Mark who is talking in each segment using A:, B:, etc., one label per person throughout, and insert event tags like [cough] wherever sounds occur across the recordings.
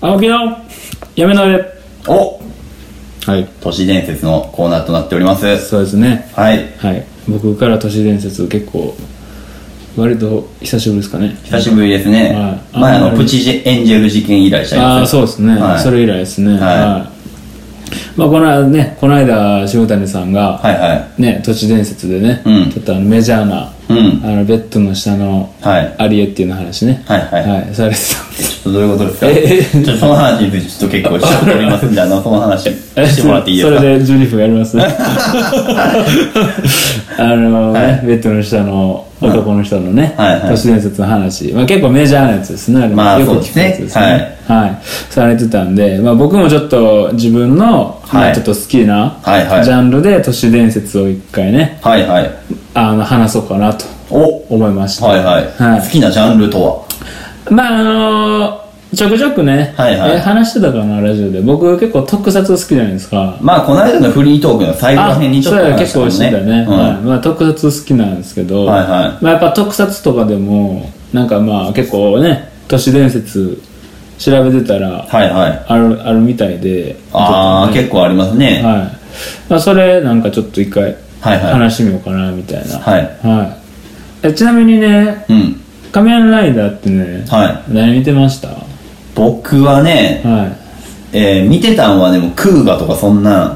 A: 青木のやめないで
B: お
A: はい
B: 都市伝説のコーナーとなっております
A: そうですね
B: はい
A: はい僕から都市伝説結構割と久しぶりですかね
B: 久しぶりですね、
A: はい
B: 前あ
A: あ
B: の
A: の
B: プチエンジェル事件以来しちゃいます
A: ああそうですね、
B: はい、
A: それ以来ですね
B: はい
A: いまあこの間ねこの間塩谷さんが、
B: はいは
A: ね都市伝説でね、
B: うん
A: ちょっとあのメジャーな、
B: うん
A: あのベッドの下の
B: はい
A: アリエっていうの話ね
B: はいはい
A: はい、されてたんです
B: ちょっとどういうことですか
A: ええ
B: ちょっとその話についてちょっと結構しちゃっておりますんで
A: [laughs]
B: あのその話してもらっていいですか
A: それで12分やり
B: [laughs]
A: ますねあのね、ベッドの下の男の人のね、
B: はいはい
A: 都市伝説の話、まあ、結構メジャーなやつですね、あれも
B: まあ
A: よく
B: そうで
A: 聞
B: す
A: く
B: ね
A: やつですねはい、されてたんで、まあ、僕もちょっと自分の、まあ
B: はい
A: ちょっと好きな
B: はいはい
A: ジャンルで都市伝説を一回ね
B: はいはい
A: あの話そうかなと
B: お
A: 思いました、
B: はいはい、
A: はい
B: 好きなジャンルとは
A: まああのちょくちょくね、
B: はいはい
A: え話してたかなラジオで僕結構特撮好きじゃないですか
B: まあこの間のフリートークの最後ら
A: あ
B: 辺にちょっと
A: そうや
B: 話し
A: 結
B: たも
A: 構
B: ん
A: 知ってたね、
B: うん
A: はいまあ、特撮好きなんですけど、
B: はいは
A: まあ、やっぱ特撮とかでもなんかまあ結構ね都市伝説調べてたら
B: はいはい
A: あるあるみたいで
B: ああ、結構ありますね、
A: はいまあ、それなんかちょっと一回
B: はいはい
A: 話してみようかなみたいな
B: はい
A: いえちなみにね
B: うん
A: 「仮面ライダー」ってね、
B: はい
A: 何見てました
B: 僕はね、
A: はい
B: えー見てたんはでもクーガとかそんな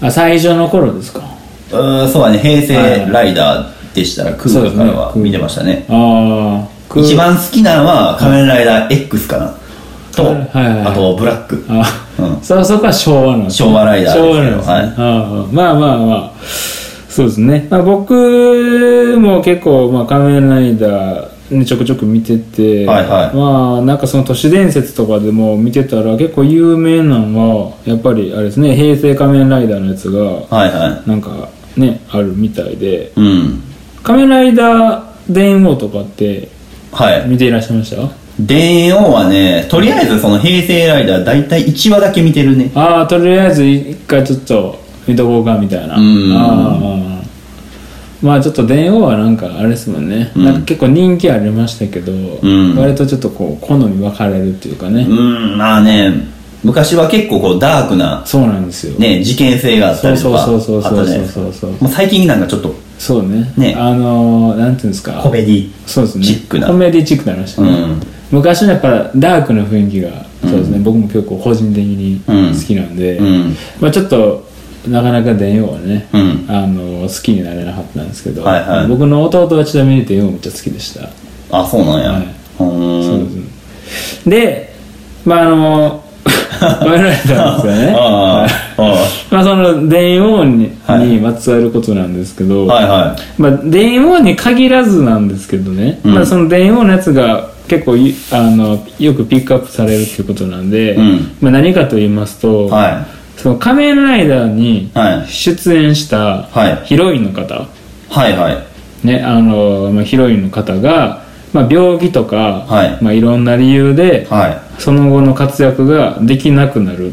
A: あ最初の頃ですか
B: うーんそうだね平
A: はい
B: 成ライダーでしたらクーガか
A: そ
B: らは
A: うですね
B: 見てましたね
A: ああ
B: 一番好きなのは仮面ライダー X かなと、
A: はいはいはい
B: あとブラック
A: あ
B: うん
A: そそこは昭和なんですね
B: 昭和ライダーです
A: 昭
B: よ
A: 和なんですね、
B: はい
A: ああまあまあまあそうですね、まあ、僕も結構、まあ、仮面ライダーねちょくちょく見てて、
B: はいはい
A: まあなんかその都市伝説とかでも見てたら結構有名なのはやっぱりあれですね平成仮面ライダーのやつが
B: はいは
A: なんかねあるみたいで
B: いうん
A: 仮面ライダー電王とかって
B: はい
A: 見ていらっしゃいました
B: 電王はねとりあえずその平成ライダー大体1話だけ見てるね
A: ああとりあえず一回ちょっと見とこうかみたいな
B: うん
A: ああまあちょっと電王はなんかあれですもんね、
B: うん
A: なんか結構人気ありましたけど、
B: ん
A: 割とちょっとこう好み分かれるっていうかね、
B: うんまあね昔は結構こうダークな
A: そうなんですよ、
B: ね事件性があったりとかあ
A: そうそうそうそう
B: っ
A: そう
B: たじゃないですか
A: そうそうそう
B: もう最近なんかちょっと
A: そうね
B: ね
A: あのー、なんていうんですか
B: コメディ
A: そうですね
B: チックな
A: コメディチックになりましたね、
B: うん
A: 昔のやっぱダークな雰囲気がそうですね、僕も結構個人的に好きなんで、
B: うん
A: まあちょっとなかなか電王はね、
B: うん
A: あの好きになれなかったんですけど、
B: はいはい
A: 僕の弟はちなみに電王めっちゃ好きでした、
B: あそうなんや、
A: はいう
B: ーん
A: そうですでまああの [laughs] 覚えられたんですよね
B: あ
A: はい
B: ああ
A: まあその電王に,、
B: はい
A: にまつわることなんですけど、
B: あはいは
A: まあ、電王に限らずなんですけどね、
B: うん
A: まあ、その電王のやつが結構いあのよくピックアップされるっていうことなんで、
B: うん
A: まあ、何かと言いますと、
B: いは
A: その仮面ライダーに
B: はい
A: 出演した
B: はい
A: ヒロインの方、
B: いはいはい
A: ねあのまあ、ヒロインの方が、まあ、病気とか、
B: はい
A: まあ、いろんな理由で、
B: は
A: その後の活躍ができなくなるっ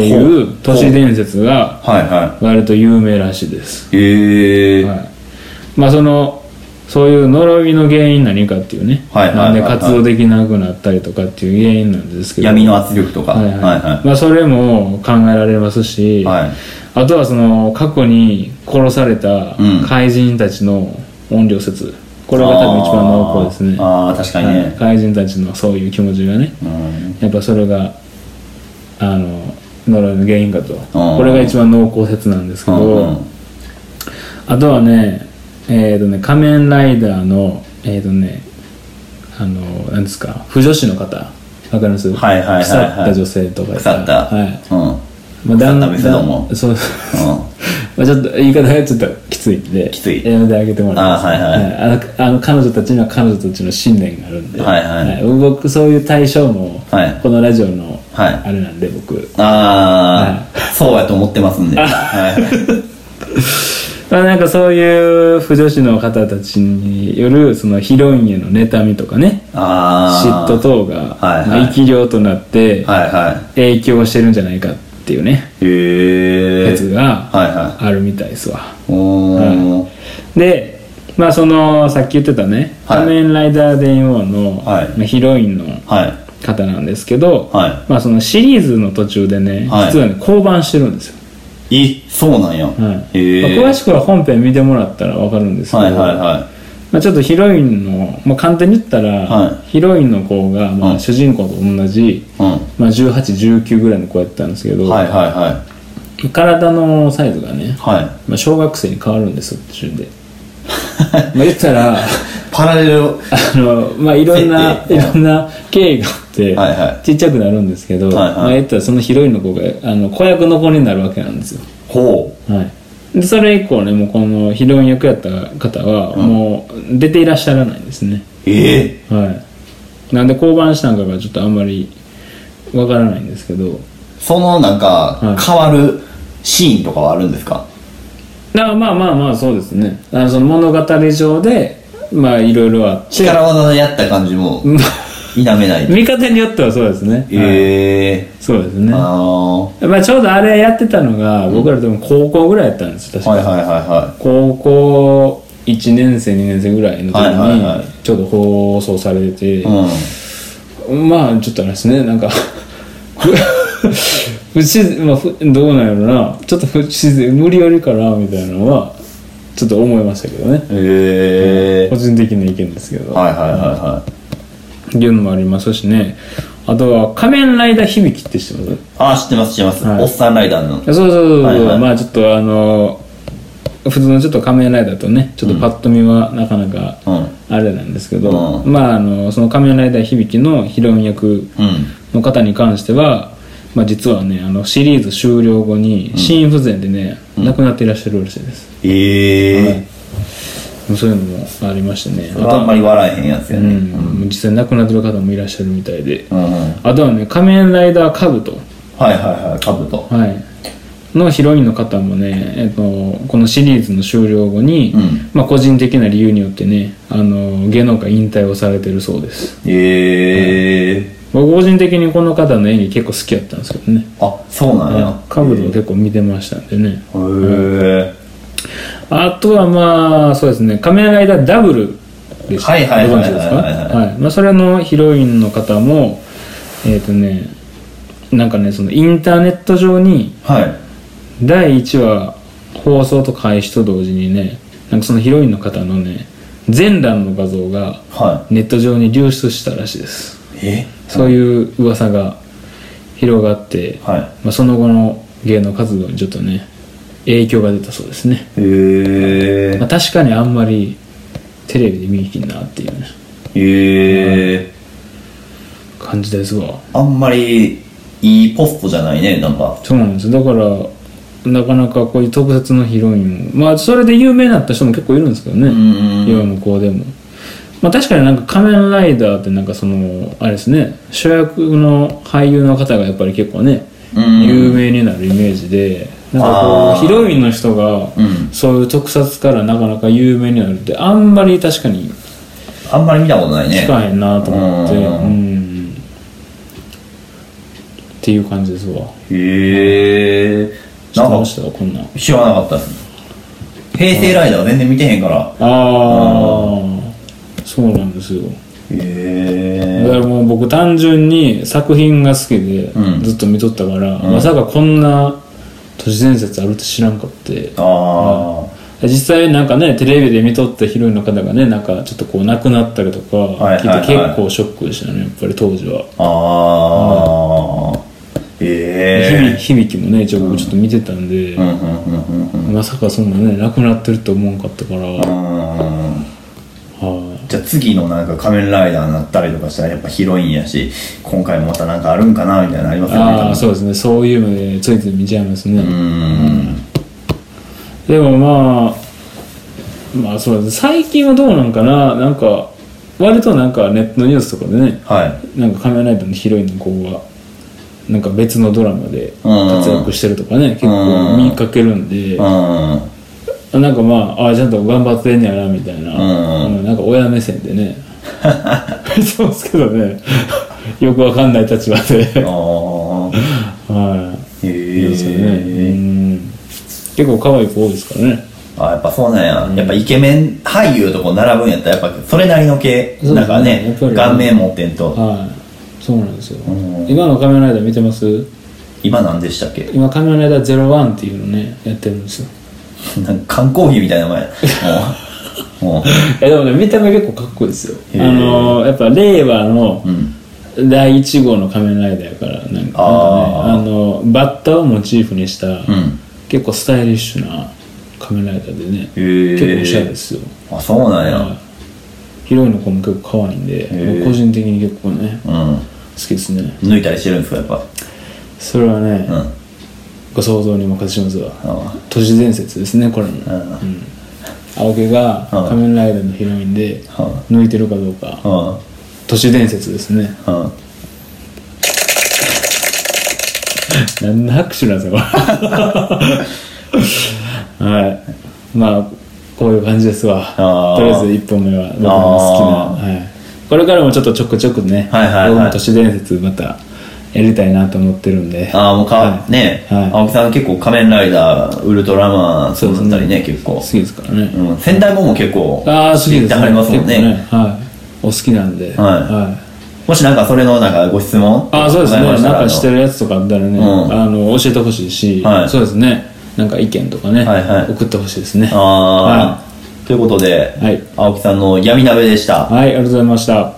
A: ていう都市伝説が
B: いはいは
A: 割と有名らしいです。
B: いええー
A: はい、まあそのそういう呪いの原因何かっていうね、
B: はいはいはい
A: な
B: は
A: んで
B: い
A: 活動できなくなったりとかっていう原因なんですけど
B: 闇の圧力とか
A: はいはいまあ、それも考えられますし、
B: はい
A: あとはその過去に殺された
B: うん
A: 怪人たちの怨霊説、これが多分一番濃厚ですね
B: あーあー確かにね
A: はい怪人たちのそういう気持ちがね
B: うん
A: やっぱそれがあの呪いの原因かと
B: あー
A: これが一番濃厚説なんですけど、
B: うん
A: あとはね、えーとね、仮面ライダーの、えーとね、あの、なんですか、不女子の方、わかります
B: はいはいはいはい
A: 腐った女性とかさ
B: 腐った
A: はい。
B: うん
A: まあ、だん
B: 腐った店ども
A: だんそう。
B: う
A: まあちょっと言い方がちょっときついんで、
B: きつい
A: やめてあげてもらって
B: あはいはい
A: あのあの、彼女たちには彼女たちの信念があるんで、
B: はいはい
A: 僕、そういう対象も、
B: はい
A: このラジオの、
B: はい
A: あれなんで、僕。
B: んああそうやと思ってますんではい
A: まあなんかそういう不女子の方たちによるそのヒロインへの妬みとかね
B: あ
A: 嫉
B: あ
A: 妬等が
B: はいはい
A: まあ生き量となって
B: はいは
A: 影響してるんじゃないかっていうね
B: いへえ
A: やつが
B: はいは
A: あるみたいですわ
B: いおー
A: でまあそのさっき言ってたね「
B: はい
A: 仮面ライダー伝王の」
B: はい
A: まあヒロインの
B: はい。
A: 方なんですけど、
B: は
A: まあそのシリーズの途中でね、
B: はい
A: 実はね降板してるんですよ、
B: い。え、そうなんや。
A: はい
B: へえ。
A: まあ詳しくは本編見てもらったら分かるんですけど、
B: はいはいは
A: まあ、ちょっとヒロインの、まあ、簡単に言ったら、
B: は
A: ヒロインの子が、ま
B: う
A: あ、
B: ん
A: 主人公と同じ、
B: い。うん。
A: まあ、1819ぐらいの子やったんですけど、
B: はいはいはい。
A: 体のサイズがね、
B: は
A: まあ、小学生に変わるんですよ途中で [laughs] まあ言ったら
B: い。 [laughs] パラレル、は
A: あのまあいろんな
B: 設
A: い
B: 定
A: ろんな経緯があって、
B: はいはい
A: ちっちゃくなるんですけど、
B: はいはい
A: まあ、言ったらそのヒロインの子があの子役の子になるわけなんですよ
B: い。ほ
A: はいでそれ以降ねもうこのヒロイン役やった方はもう出ていらっしゃらないんですね、
B: う。ええ。
A: はいなんで降板したんかがちょっとあんまりわからないんですけど
B: そのなんか、
A: はい
B: 変わるシーンとかはあるんですか
A: だからまあまあまあそうですねあのその物語上でまあいろいろあって
B: 力技でやった感
A: [laughs]
B: じも、否めない。
A: 見方によってはそうですね、はい
B: ええ。
A: そうですね
B: あの
A: まあちょうどあれやってたのが僕らでも高校ぐらいやったんですよ確
B: ー、は
A: か
B: いはいはいは
A: 高校1年生2年生ぐらいの時
B: はいはいは
A: にちょうど放送されてて、
B: い。うん。
A: まあちょっとあれですねなんか [laughs] 不自然、まあ、ふどうなんやろなちょっと不自然無理やりかなみたいなのはちょっと思いましたけどね
B: ええ
A: 個。人的な意見ですけど、
B: はいはいはいはい。
A: いうのもありますしねあとは「仮面ライダー響き」って知ってます
B: あー、知ってます知ってます。
A: はい
B: おっさんライダーの。
A: そうそうそうそう、
B: はいはい
A: まあちょっとあの普通のちょっと仮面ライダーとねちょっとパッと見はなかなか
B: うん。
A: あれなんですけど、
B: う
A: まああのその仮面ライダー響きのヒロイン役
B: うん。
A: の方に関しては、まあ、実はねあのシリーズ終了後に心不全でね、亡くなっていらっしゃるらしいです、
B: ええ。
A: そういうのもありましてね
B: それはあんまり笑えへんやつや
A: う
B: ね。
A: ん、実際亡くなってる方もいらっしゃるみたいで、
B: うん。うん
A: あとはね「仮面ライダーカブト」
B: はいはいはい、カブト。
A: はい、のヒロインの方もね、えっと、このシリーズの終了後に、
B: うん
A: まあ、個人的な理由によってねあの芸能界引退をされてるそうです
B: へえ
A: 僕個人的にこの方の演技結構好きやったんですけどね
B: ー。あ、そうなんや。
A: カブトを結構見てましたんでね
B: へ
A: あとはまあそうですね「仮面ライダーダブル」です
B: はいはいはい
A: ご存
B: はいはい
A: 知ですかはいまあそれのヒロインの方もえっ、とねなんかねそのインターネット上に
B: え。はい。
A: 第1話放送と開始と同時にねなんかそのヒロインの方のね全裸の画像が
B: は
A: ネット上に流出したらしいです
B: い。え
A: そういう噂が広がって、
B: はい。
A: まあ、その後の芸能活動にちょっとね影響が出たそうですね、
B: へ
A: まあ、確かにあんまりテレビで見にきんなっていうね
B: え。へえ。
A: 感じですわ
B: あんまりいいポストじゃないね、なんか。
A: そうなんですだからなかなかこういう特撮のヒロインもまあそれで有名になった人も結構いるんですけどね、
B: うん。
A: 今向こうでも、まあ、確かになんか仮面ライダーってなんかそのあれですね主役の俳優の方がやっぱり結構ね、
B: うん
A: 有名になるイメージでなん
B: あ
A: かこう
B: ー
A: ヒロインの人が
B: うん
A: そういう特撮からなかなか有名になるってあんまり確かに
B: あんまり見たことないね。
A: 聞かへんなと思って、
B: うん
A: うんっていう感じですわ
B: へえ。
A: 知っ
B: な
A: て
B: ん
A: ま
B: か
A: したこんなん
B: 知らなかったっす。平成ライダーは全然見てへんから。
A: ああそうなんですよ
B: へ
A: だか
B: え。
A: らもう僕単純に作品が好きで
B: うん
A: ずっと見とったから、まさかこんな都市伝説あるって知らんかって
B: あ
A: 実際なんかねテレビで見とったヒロインの方がねなんかちょっとこう亡くなったりとか
B: はいはい
A: 聞
B: はい
A: いて結構ショックでしたねやっぱり当時は、
B: あ。ああ。へえ。
A: 響響きもね一応僕ちょっと見てたんで、
B: うんうんうんうんうん。
A: まさかそんなね亡くなってると思わんかったから、
B: う
A: はい
B: ーんじゃあ次のなんか仮面ライダーになったりとかしたらやっぱヒロインやし今回もまたなんかあるんかなみたいなのありますよね
A: ああ
B: う
A: そうですねそういうのでついつい見ちゃいますね、
B: うーん
A: でもまあまあそうです最近はどうなんかななんか割となんかネットのニュースとかでね
B: はい
A: なんか仮面ライダーのヒロインの子がなんか別のドラマで
B: うん
A: 活躍してるとかね結構見かけるんで
B: うーん
A: なんかまあああちゃんと頑張ってんねやなみたいな
B: うん
A: うんなんか親目線でねそうですけどねよくわかんない立場
B: [laughs]
A: で
B: あ
A: はい
B: ー
A: いいですよね
B: へ
A: う
B: え
A: ん結構可愛い子多いですからね
B: あやっぱそうなんや、やっぱイケメン俳優とこう並ぶんやったらやっぱそれなりの系
A: そうですね
B: なんか
A: や
B: ね
A: っぱり
B: 顔面持ってんと
A: はいそうなんですよ
B: ん
A: 今の「仮面ライダー」見てます
B: 今何でしたっけ [laughs]
A: 今「仮面ライダー01」っていうのねやってるん [laughs] ですよ
B: なんか缶コーヒーみたいな名前やもうも
A: えでもね見た目結構かっこいいですよあ
B: へー
A: のやっぱ令和の
B: う、うん、
A: 第1号の仮面ライダーやからなんかなんかね
B: あ
A: あのバッタをモチーフにした、
B: ん
A: 結構スタイリッシュな仮面ライダーでね
B: へー
A: 結構おしゃれですよ
B: あそうなんや、
A: ヒロインの子も結構可愛いんで
B: ー
A: 僕個人的に結構ね好
B: う
A: きですね
B: ん抜いたりしてるんですかやっぱ
A: それはね、
B: うんあ
A: ご想像にお任せしますわ
B: あ
A: 都市伝説ですねこれも、
B: あ
A: うん青毛が
B: うん
A: 仮面ライダーのヒロインで抜いてるかどうか
B: あ
A: 都市伝説ですね
B: ああ
A: 何の拍手なん [laughs] ですかこれはいまあこういう感じですわ
B: あー
A: とりあえず1本目は僕の好きな、
B: あ
A: はい、これからもちょっとちょくちょくね、
B: はいはいはい
A: 僕も都市伝説またやりたいなと思ってるんで
B: ああもうか、
A: はい
B: ね、
A: はい
B: 青木さん結構仮面ライダーウルトラマンそうだったりね結構
A: 好、きですからね、
B: うん、戦隊もも結構
A: ああ好きです
B: 知ってはりますもんね
A: 結構はいお好きなんで、い
B: もしなんかそれのなんかご質問
A: ああそうですね
B: ございましたら
A: なんかしてるやつとかあったらね、
B: うん
A: あの教えてほしいし、
B: はい
A: そうですねなんか意見とかね、
B: はいはい
A: 送ってほしいですね
B: あのあー、ということで、
A: はい
B: 青木さんの闇鍋でした
A: はいありがとうございました